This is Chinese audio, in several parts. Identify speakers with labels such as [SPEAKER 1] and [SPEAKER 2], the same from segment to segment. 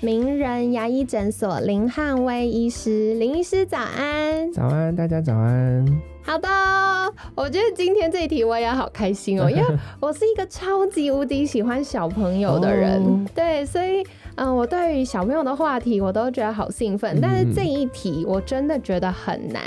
[SPEAKER 1] 名人牙医诊所林汉威医师。林医师，早安。
[SPEAKER 2] 早安，大家早安。
[SPEAKER 1] 好的哦，我觉得今天这一题我也好开心 哦，因为我是一个超级无敌喜欢小朋友的人，
[SPEAKER 2] 哦
[SPEAKER 1] 对，所以嗯、呃我对于小朋友的话题我都觉得好兴
[SPEAKER 2] 嗯
[SPEAKER 1] 奋，但是这一题我真的觉得很难，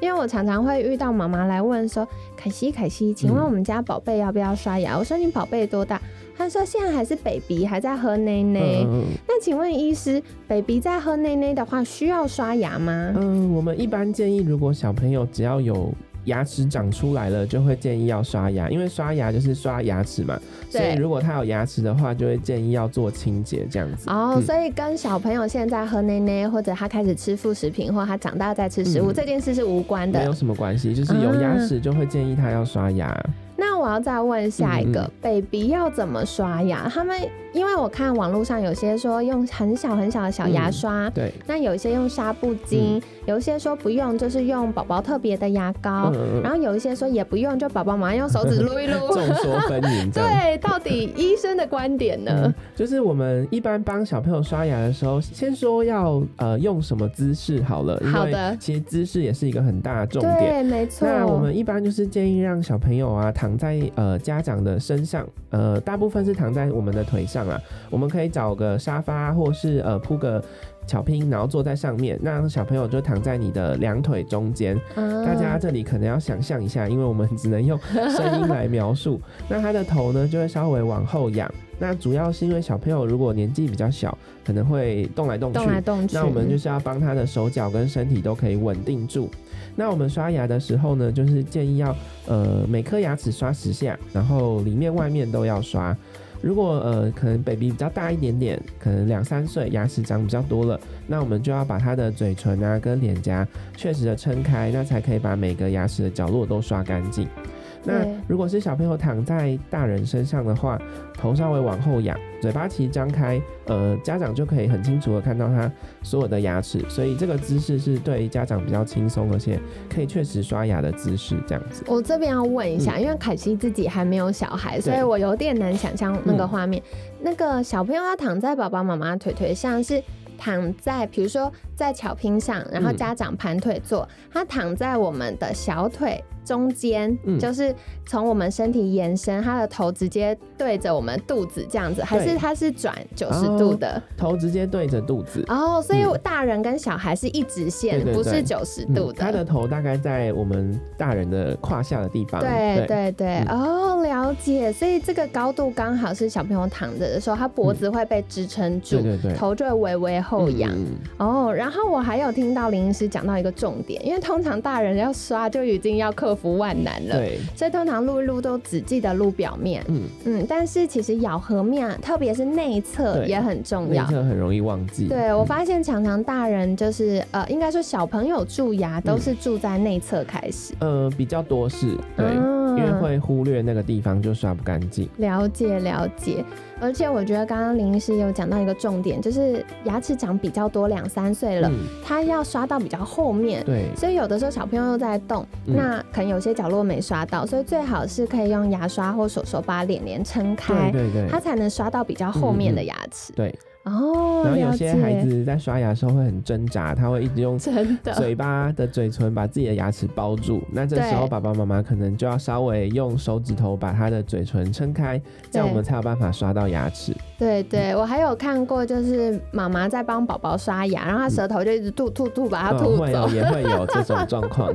[SPEAKER 1] 因为我常常会遇到妈妈来问说：“凯西，凯西，请问
[SPEAKER 2] 嗯
[SPEAKER 1] 我们家宝贝要不要刷牙？”我说：“你宝贝多大？”她说：“现在还是 baby，还在喝奶奶。
[SPEAKER 2] 嗯
[SPEAKER 1] 那请问医师，baby 在喝奶奶的话，需要刷牙吗？
[SPEAKER 2] 嗯，我们一般建议，如果小朋友只要有牙齿长出来了，就会建议要刷牙，因为刷牙就是刷牙齿嘛。所
[SPEAKER 1] 对
[SPEAKER 2] 以如果他有牙齿的话，就会建议要做清洁这样子。
[SPEAKER 1] 哦，
[SPEAKER 2] 嗯
[SPEAKER 1] 所以跟小朋友现在喝奶奶，或者他开始吃副食品，或他长大再吃食物、
[SPEAKER 2] 嗯
[SPEAKER 1] 这件事是无关
[SPEAKER 2] 没有
[SPEAKER 1] 的。
[SPEAKER 2] 什么关系，就是有牙齿就会建议他要刷牙。
[SPEAKER 1] 啊那我要再问下一个、
[SPEAKER 2] 嗯
[SPEAKER 1] b a b y 要怎么刷牙？他们因为我看网络上有些说用很小很小的小牙刷，
[SPEAKER 2] 对，
[SPEAKER 1] 那有一些用纱布巾，
[SPEAKER 2] 嗯
[SPEAKER 1] 有一些说不用，就是用宝宝特别的牙膏，
[SPEAKER 2] 嗯，
[SPEAKER 1] 然后有一些说也不用，就宝宝马上用手指撸一撸。
[SPEAKER 2] 众说纷纭 这样。
[SPEAKER 1] 对，到底医生的观点呢？
[SPEAKER 2] 嗯，就是我们一般帮小朋友刷牙的时候，先说要呃用什么姿势好了，因
[SPEAKER 1] 好
[SPEAKER 2] 为
[SPEAKER 1] 的
[SPEAKER 2] 其实姿势也是一个很大的重点。
[SPEAKER 1] 对，没错。
[SPEAKER 2] 那我们一般就是建议让小朋友啊躺在呃家长的身上，呃大部分是躺在我们的腿上啊，我们可以找个沙发或是呃铺个巧拼，然后坐在上面，那让小朋友就躺在你的两腿中间。
[SPEAKER 1] 啊
[SPEAKER 2] 大家这里可能要想象一下，因为我们只能用声音来描述。那他的头呢就会稍微往后仰，那主要是因为小朋友如果年纪比较小，可能会动来动去，
[SPEAKER 1] 动来动去，
[SPEAKER 2] 那我们就是要帮他的手脚跟身体都可以稳定住。那我们刷牙的时候呢，就是建议要呃每颗牙齿刷十下，然后里面外面都要刷。如果呃可能 baby 比较大一点点，可能两三岁牙齿长比较多了，那我们就要把他的嘴唇啊跟脸颊确实的撑开，那才可以把每个牙齿的角落都刷干净。那
[SPEAKER 1] 对
[SPEAKER 2] 如果是小朋友躺在大人身上的话，头稍微往后仰，嘴巴其实张开，呃，家长就可以很清楚的看到他所有的牙齿，所以这个姿势是对家长比较轻松，而且可以确实刷牙的姿势，这样子。
[SPEAKER 1] 我这边要问一下，
[SPEAKER 2] 嗯
[SPEAKER 1] 因为凯西自己还没有小孩，所以我有点难想象那个画面。那个小朋友要躺在爸爸妈妈腿腿上，是躺在比如说在巧拼上，然后
[SPEAKER 2] 嗯
[SPEAKER 1] 家长盘腿坐，他躺在我们的小腿中间，
[SPEAKER 2] 嗯
[SPEAKER 1] 就是从我们身体延伸，他的头直接对着我们肚子这样子，还是他是转九十
[SPEAKER 2] 哦
[SPEAKER 1] 度的？
[SPEAKER 2] 头直接对着肚 子，
[SPEAKER 1] 哦所以
[SPEAKER 2] 嗯
[SPEAKER 1] 大人跟小孩是一直线，
[SPEAKER 2] 对对
[SPEAKER 1] 不是
[SPEAKER 2] 对
[SPEAKER 1] 九十
[SPEAKER 2] 嗯
[SPEAKER 1] 度的。
[SPEAKER 2] 他的头大概在我们大人的胯下的地方。
[SPEAKER 1] 对对对，
[SPEAKER 2] 嗯
[SPEAKER 1] 哦，了解。所以这个高度刚好是小朋友躺着的时候，他脖子会被支撑住，
[SPEAKER 2] 嗯对对对，
[SPEAKER 1] 头就会微微后仰。
[SPEAKER 2] 嗯嗯
[SPEAKER 1] 哦，然后我还有听到林医师讲到一个重点，因为通常大人要刷就已经要克服万难了，
[SPEAKER 2] 对，
[SPEAKER 1] 所以通常撸一撸都只记得撸表面。
[SPEAKER 2] 嗯，
[SPEAKER 1] 嗯，但是其实咬合面啊，特别是内侧
[SPEAKER 2] 对
[SPEAKER 1] 也很重
[SPEAKER 2] 内
[SPEAKER 1] 要。
[SPEAKER 2] 侧很嗯容易忘记。
[SPEAKER 1] 对，我发现常常大人就是呃，应该说小朋友蛀牙
[SPEAKER 2] 嗯
[SPEAKER 1] 都是蛀在内侧开始。
[SPEAKER 2] 呃比较多是，对，
[SPEAKER 1] 嗯
[SPEAKER 2] 因为会忽略那个地方就刷不干净。
[SPEAKER 1] 了解了解，而且我觉得刚刚林医师有讲到一个重点，就是牙齿长比较多，两三岁了，
[SPEAKER 2] 嗯，
[SPEAKER 1] 他要刷到比较后面。
[SPEAKER 2] 对，
[SPEAKER 1] 所以有的时候小朋友又在动，
[SPEAKER 2] 嗯
[SPEAKER 1] 那可能有些角落没刷到，所以最好是可以用牙刷或手手把脸脸撑
[SPEAKER 2] 对
[SPEAKER 1] 开，
[SPEAKER 2] 对对
[SPEAKER 1] 他。才能刷到比较后面的牙齿。
[SPEAKER 2] 对，
[SPEAKER 1] 哦，
[SPEAKER 2] 然后有
[SPEAKER 1] 了
[SPEAKER 2] 些
[SPEAKER 1] 解，
[SPEAKER 2] 孩子在刷牙的时候会很挣扎，他会一直用
[SPEAKER 1] 真的
[SPEAKER 2] 嘴巴的嘴唇把自己的牙齿包 住，那这
[SPEAKER 1] 对
[SPEAKER 2] 时候爸爸妈妈可能就要稍微用手指头把他的嘴唇撑开，这样
[SPEAKER 1] 对
[SPEAKER 2] 我们才有办法刷到牙齿。
[SPEAKER 1] 对对，我还有看过，就是妈妈在帮宝宝刷牙，然后他舌头就一直吐吐吐，把它
[SPEAKER 2] 嗯
[SPEAKER 1] 吐
[SPEAKER 2] 会
[SPEAKER 1] 走
[SPEAKER 2] 有。也会有这种状况。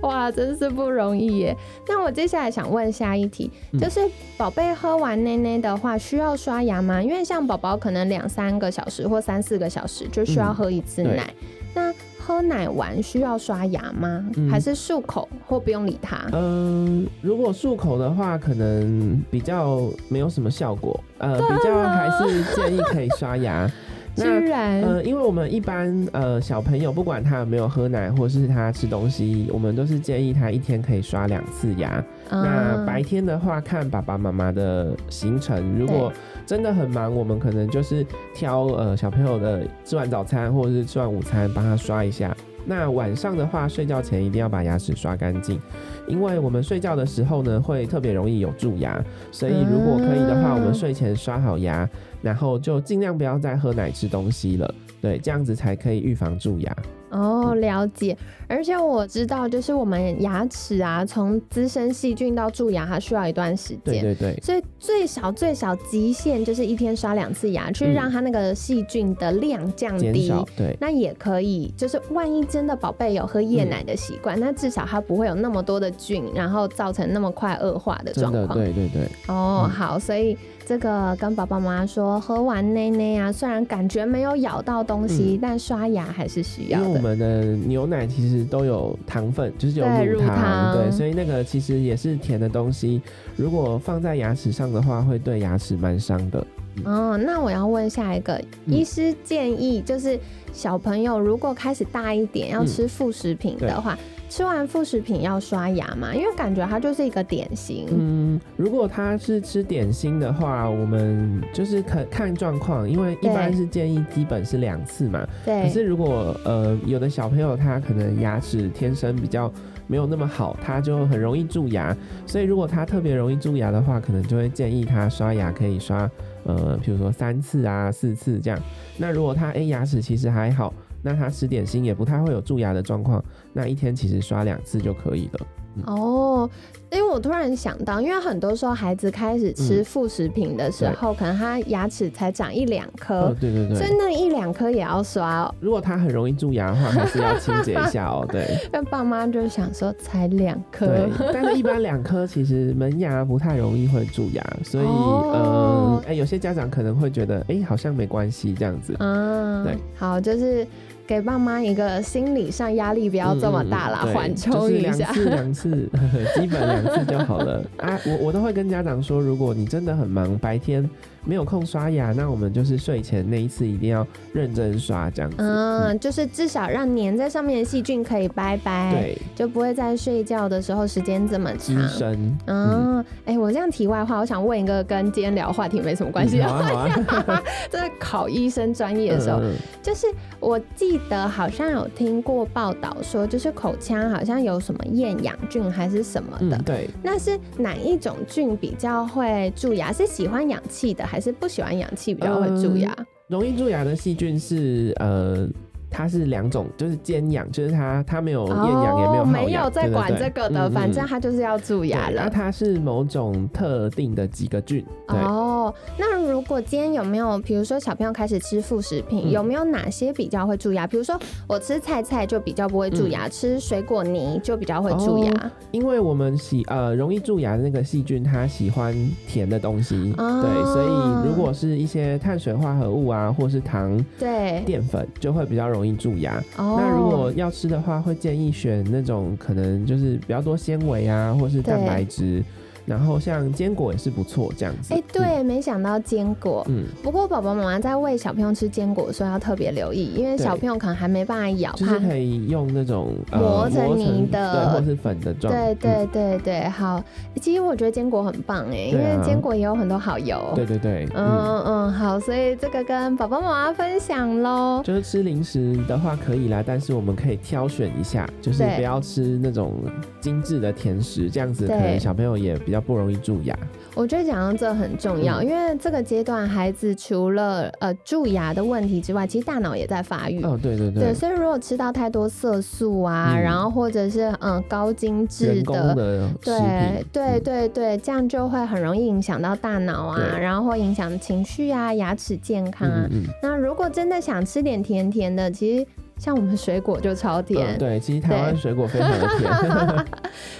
[SPEAKER 1] 哇，真是不容易耶。那我接下来想问下一题，
[SPEAKER 2] 嗯
[SPEAKER 1] 就是宝贝喝完奶奶的话，需要刷牙吗？因为像宝宝可能两三个小时或三四个小时就需要
[SPEAKER 2] 嗯
[SPEAKER 1] 喝一次
[SPEAKER 2] 对
[SPEAKER 1] 奶，那喝奶完需要刷牙吗？
[SPEAKER 2] 嗯
[SPEAKER 1] 还是漱口或不用理它？
[SPEAKER 2] 嗯，如果漱口的话，可能比较没有什么效果，呃，比较还是建议可以刷牙。
[SPEAKER 1] 居
[SPEAKER 2] 那
[SPEAKER 1] 然、
[SPEAKER 2] 呃，因为我们一般呃小朋友不管他有没有喝奶，或是他吃东西，我们都是建议他一天可以刷两次牙。那
[SPEAKER 1] 啊
[SPEAKER 2] 白天的话，看爸爸妈妈的行程，如果真的很忙，我们可能就是挑呃小朋友的吃完早餐或者是吃完午餐，帮他刷一下。那晚上的话，睡觉前一定要把牙齿刷干净，因为我们睡觉的时候呢，会特别容易有蛀牙，所以如果可以的话，
[SPEAKER 1] 嗯
[SPEAKER 2] 我们睡前刷好牙，然后就尽量不要再喝奶吃东西了。对，这样子才可以预防蛀牙。
[SPEAKER 1] 哦，
[SPEAKER 2] 嗯
[SPEAKER 1] 了解。而且我知道，就是我们牙齿啊，从滋生细菌到蛀牙，它需要一段时
[SPEAKER 2] 对
[SPEAKER 1] 间。
[SPEAKER 2] 对对，
[SPEAKER 1] 所以最少最少极限就是一天刷两次牙，去
[SPEAKER 2] 嗯
[SPEAKER 1] 让它那个细菌的量降
[SPEAKER 2] 减
[SPEAKER 1] 低。
[SPEAKER 2] 少对。
[SPEAKER 1] 那也可以，就是万一真的宝贝有喝夜奶的习
[SPEAKER 2] 嗯
[SPEAKER 1] 惯，那至少它不会有那么多的菌，然后造成那么快恶化的
[SPEAKER 2] 真
[SPEAKER 1] 状
[SPEAKER 2] 的，
[SPEAKER 1] 况。
[SPEAKER 2] 对对对，
[SPEAKER 1] 哦，
[SPEAKER 2] 嗯
[SPEAKER 1] 好，所以这个跟爸爸妈妈说，喝完奶奶啊，虽然感觉没有咬到东西，但刷牙还是需
[SPEAKER 2] 嗯
[SPEAKER 1] 要
[SPEAKER 2] 因为我
[SPEAKER 1] 的。
[SPEAKER 2] 们的牛奶其实都有糖分，就是有
[SPEAKER 1] 对
[SPEAKER 2] 乳
[SPEAKER 1] 乳
[SPEAKER 2] 糖，
[SPEAKER 1] 糖
[SPEAKER 2] 对，所以那个其实也是甜的东西，如果放在牙齿上的话，会对牙齿蛮伤的。
[SPEAKER 1] 哦，那我要问下一个，
[SPEAKER 2] 嗯
[SPEAKER 1] 医师建议就是小朋友如果开始大一点要
[SPEAKER 2] 嗯
[SPEAKER 1] 吃副食品的话，吃完副食品要刷牙嘛？因为感觉它就是一个点心。
[SPEAKER 2] 嗯，如果他是吃点心的话，我们就是可看状况，因为一
[SPEAKER 1] 对
[SPEAKER 2] 般是建议基本是两次嘛。可
[SPEAKER 1] 对，
[SPEAKER 2] 是如果呃有的小朋友他可能牙齿天生比较没有那么好，他就很容易蛀牙，所以如果他特别容易蛀牙的话，可能就会建议他刷牙可以刷呃，比如说三次啊、四次这样。那如果他诶牙齿其实还好，那他吃点心也不太会有蛀牙的状况，那一天其实刷两次就可以了。
[SPEAKER 1] 哦，因为我突然想到，因为很多时候孩子开始吃
[SPEAKER 2] 嗯
[SPEAKER 1] 副食品的时候，可能他牙齿才长一两颗
[SPEAKER 2] 哦，，对对
[SPEAKER 1] 所以
[SPEAKER 2] 对。
[SPEAKER 1] 那一两颗也要刷、哦。
[SPEAKER 2] 如果他很容易蛀牙的话，还是要清洁一下哦。对
[SPEAKER 1] 那爸妈就想说，才两颗
[SPEAKER 2] 对，， 但是一般两颗其实门牙不太容易会蛀牙，所以、
[SPEAKER 1] 哦
[SPEAKER 2] 呃，哎、有些家长可能会觉得，哎、好像没关系这样子。
[SPEAKER 1] 啊，
[SPEAKER 2] 对，
[SPEAKER 1] 好，就是给爸妈一个心理上压力不要这么大啦
[SPEAKER 2] 嗯嗯，嗯
[SPEAKER 1] 缓、
[SPEAKER 2] 对
[SPEAKER 1] 冲一下。
[SPEAKER 2] 就是两次两次， 基本两次就好了啊。我我都会跟家长说，如果你真的很忙，白天没有空刷牙，那我们就是睡前那一次一定要认真刷这样子。嗯，
[SPEAKER 1] 嗯，就是至少让粘在上面的细菌可以拜拜，
[SPEAKER 2] 对，
[SPEAKER 1] 就不会在睡觉的时候时间这么长
[SPEAKER 2] 滋。生。嗯，
[SPEAKER 1] 嗯，哎、我这样题外话，我想问一个跟今天聊话题没什么关系
[SPEAKER 2] 嗯好啊好啊，
[SPEAKER 1] 的， 这、是考医生专业的时候，
[SPEAKER 2] 嗯嗯
[SPEAKER 1] 就是我记得好像有听过报道说，就是口腔好像有什么厌氧菌还是什么的，
[SPEAKER 2] 嗯，对。
[SPEAKER 1] 那是哪一种菌比较会蛀牙？是喜欢氧气的，还是不喜欢氧气比较会蛀牙？
[SPEAKER 2] 容易蛀牙的细菌是呃，它是两种，就是间氧，就是它它没有嗯哦厌氧、也没有好
[SPEAKER 1] 哦没有
[SPEAKER 2] 氧
[SPEAKER 1] 在管这个
[SPEAKER 2] 嗯
[SPEAKER 1] 的，反正
[SPEAKER 2] 它
[SPEAKER 1] 它就是要蛀牙
[SPEAKER 2] 那
[SPEAKER 1] 了。
[SPEAKER 2] 啊它是某种特定的几个菌，对。
[SPEAKER 1] 哦，那如果今天有没有，比如说小朋友开始吃副食品，
[SPEAKER 2] 嗯
[SPEAKER 1] 有没有哪些比较会蛀牙？比如说我吃菜菜就比较不会蛀
[SPEAKER 2] 嗯
[SPEAKER 1] 牙，吃水果泥就比较会蛀牙。
[SPEAKER 2] 因为我们喜呃容易蛀牙的那个细菌，它喜欢甜的东西，
[SPEAKER 1] 哦
[SPEAKER 2] 对，所以如果是一些碳水化合物啊，或是糖、
[SPEAKER 1] 对，
[SPEAKER 2] 淀粉，就会比较容易蛀牙。
[SPEAKER 1] 哦，
[SPEAKER 2] 那如果要吃的话，会建议选那种可能就是比较多纤维啊，或是蛋白质，然后像坚果也是不错这样子。
[SPEAKER 1] 哎、对，没想到坚果。
[SPEAKER 2] 嗯，嗯，
[SPEAKER 1] 不过，宝宝妈妈在喂小朋友吃坚果的时候要特别留意，因为
[SPEAKER 2] 对
[SPEAKER 1] 小朋友可能还没办法咬，
[SPEAKER 2] 就是可以用那种呃
[SPEAKER 1] 磨成
[SPEAKER 2] 磨
[SPEAKER 1] 泥的
[SPEAKER 2] 对，或是粉的状。
[SPEAKER 1] 对
[SPEAKER 2] 嗯
[SPEAKER 1] 对对对，好。其实我觉得坚果很棒哎、因
[SPEAKER 2] 对
[SPEAKER 1] 为
[SPEAKER 2] 啊
[SPEAKER 1] 坚果也有很多好油。
[SPEAKER 2] 对对对，嗯。
[SPEAKER 1] 嗯嗯，好，所以这个跟宝宝妈妈分享喽。
[SPEAKER 2] 就是吃零食的话可以啦，但是我们可以挑选一下，就是
[SPEAKER 1] 对
[SPEAKER 2] 不要吃那种精致的甜食，这样子可
[SPEAKER 1] 对
[SPEAKER 2] 能小朋友也比较不容易蛀牙。
[SPEAKER 1] 我觉得讲到这很重要，
[SPEAKER 2] 嗯
[SPEAKER 1] 因为这个阶段孩子除了呃蛀牙的问题之外，其实大脑也在发育。
[SPEAKER 2] 哦，对对
[SPEAKER 1] 对，
[SPEAKER 2] 对，
[SPEAKER 1] 所以如果吃到太多色素啊，
[SPEAKER 2] 嗯
[SPEAKER 1] 然后或者是嗯高精致
[SPEAKER 2] 人工
[SPEAKER 1] 的，
[SPEAKER 2] 的食
[SPEAKER 1] 对
[SPEAKER 2] 品，
[SPEAKER 1] 对
[SPEAKER 2] 嗯
[SPEAKER 1] 对对，这样就会很容易影响到大脑啊，
[SPEAKER 2] 对
[SPEAKER 1] 然后会影响情绪啊、牙齿健康啊。
[SPEAKER 2] 嗯嗯嗯
[SPEAKER 1] 那如果真的想吃点甜甜的，其实像我们水果就超甜，
[SPEAKER 2] 嗯，对，其实台湾
[SPEAKER 1] 对
[SPEAKER 2] 水果非常的甜，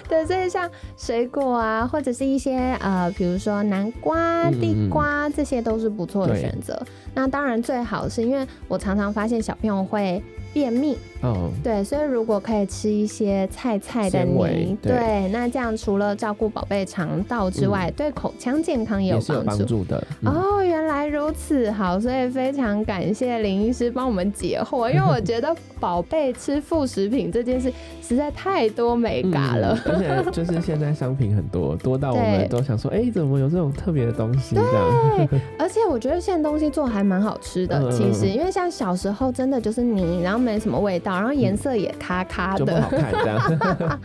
[SPEAKER 1] 对，所以像水果啊，或者是一些呃，比如说南瓜、
[SPEAKER 2] 嗯
[SPEAKER 1] 地瓜，这些都是不错的选择。那当然最好是因为我常常发现小朋友会便秘，
[SPEAKER 2] 嗯，
[SPEAKER 1] 对，所以如果可以吃一些菜菜的
[SPEAKER 2] 纤维
[SPEAKER 1] 泥，
[SPEAKER 2] 对
[SPEAKER 1] 对，那这样除了照顾宝贝肠道之外，对口腔健康也
[SPEAKER 2] 嗯
[SPEAKER 1] 有
[SPEAKER 2] 也是有
[SPEAKER 1] 帮
[SPEAKER 2] 帮
[SPEAKER 1] 助。
[SPEAKER 2] 助的。嗯
[SPEAKER 1] 哦，原来如此，好，所以非常感谢林医师帮我们解惑，因为我觉得宝贝吃副食品这件事实在太多美嘎了。
[SPEAKER 2] 嗯而且就是现在商品很 多，多到我
[SPEAKER 1] 对
[SPEAKER 2] 们都想说，哎、怎么有这种特别的东西？这样，
[SPEAKER 1] 对，而且我觉得现在东西做得还蛮好吃的，
[SPEAKER 2] 嗯
[SPEAKER 1] 其实因为像小时候真的就是泥，然后没什么味道，然后颜色也咖咖
[SPEAKER 2] 就不
[SPEAKER 1] 的
[SPEAKER 2] 好，看这 样。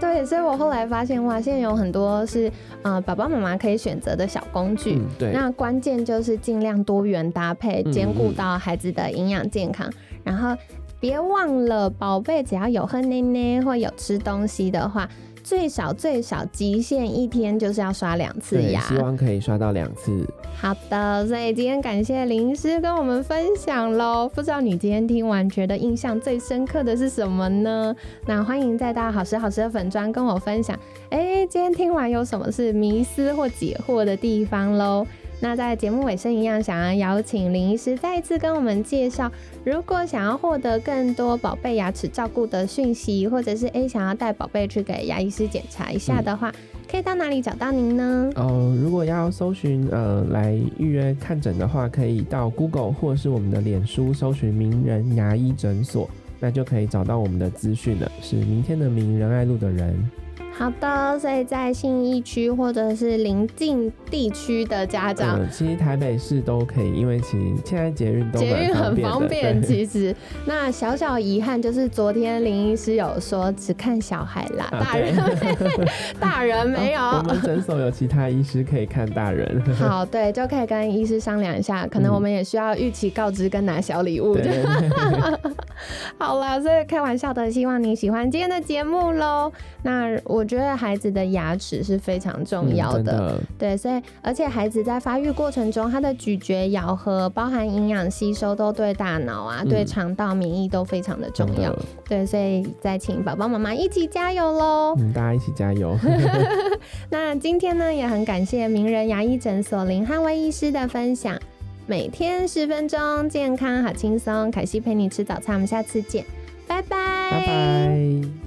[SPEAKER 1] 对，所以我后来发现哇，现在有很多是呃爸爸妈妈可以选择的小工具。
[SPEAKER 2] 嗯，对，
[SPEAKER 1] 那关键就是尽量多元搭配，
[SPEAKER 2] 嗯
[SPEAKER 1] 兼顾到孩子的营养健康，然后别忘了，宝贝只要有喝奶奶或有吃东西的话，最少最少极限一天就是要刷两次
[SPEAKER 2] 对，
[SPEAKER 1] 牙。
[SPEAKER 2] 希望可以刷到两次。
[SPEAKER 1] 好的，所以今天感谢林医师跟我们分享喽。不知道你今天听完觉得印象最深刻的是什么呢？那欢迎再到好吃好吃的粉砖跟我分享。哎，今天听完有什么是迷思或解惑的地方喽？那在节目尾声一样，想要邀请林医师再一次跟我们介绍，如果想要获得更多宝贝牙齿照顾的讯息，或者是哎想要带宝贝去给牙医师检查一下的话，可以到哪里找到您呢？
[SPEAKER 2] 呃，如果要搜寻呃来预约看诊的话，可以到 Google 或是我们的脸书搜寻“名人牙医诊所”，那就可以找到我们的资讯了。是明天的明，仁爱路的人。
[SPEAKER 1] 好的，所以在信义区或者是邻近地区的家长，
[SPEAKER 2] 嗯，其实台北市都可以，因为其实现在捷运都
[SPEAKER 1] 捷
[SPEAKER 2] 蛮
[SPEAKER 1] 运很方
[SPEAKER 2] 的
[SPEAKER 1] 便。
[SPEAKER 2] 对
[SPEAKER 1] 其实， 那小小遗憾就是昨天林医师有说只看小孩啦，
[SPEAKER 2] 啊
[SPEAKER 1] 大人 大人没 有。
[SPEAKER 2] 我们诊所有其他医师可以看大人。
[SPEAKER 1] 好，对，就可以跟医师商量一下，可能我们也需要预期告知跟拿小礼物。
[SPEAKER 2] 嗯 对，
[SPEAKER 1] 好啦，所以开玩笑的，希望你喜欢今天的节目喽。那我觉得孩子的牙齿是非常重要
[SPEAKER 2] 嗯真
[SPEAKER 1] 的，
[SPEAKER 2] 的
[SPEAKER 1] 对，所以而且孩子在发育过程中，他的咀嚼、咬合，包含营养吸收，都对大脑啊、
[SPEAKER 2] 嗯
[SPEAKER 1] 对肠道、免疫都非常的重
[SPEAKER 2] 真
[SPEAKER 1] 要。
[SPEAKER 2] 的
[SPEAKER 1] 对，所以再请宝宝妈妈一起加油喽！
[SPEAKER 2] 嗯，大家一起加 油。
[SPEAKER 1] 那今天呢，也很感谢名人牙医诊所林汉威医师的分享。每天十分钟，健康好轻松。凯西陪你吃早餐，我们下次见，拜拜
[SPEAKER 2] 拜拜。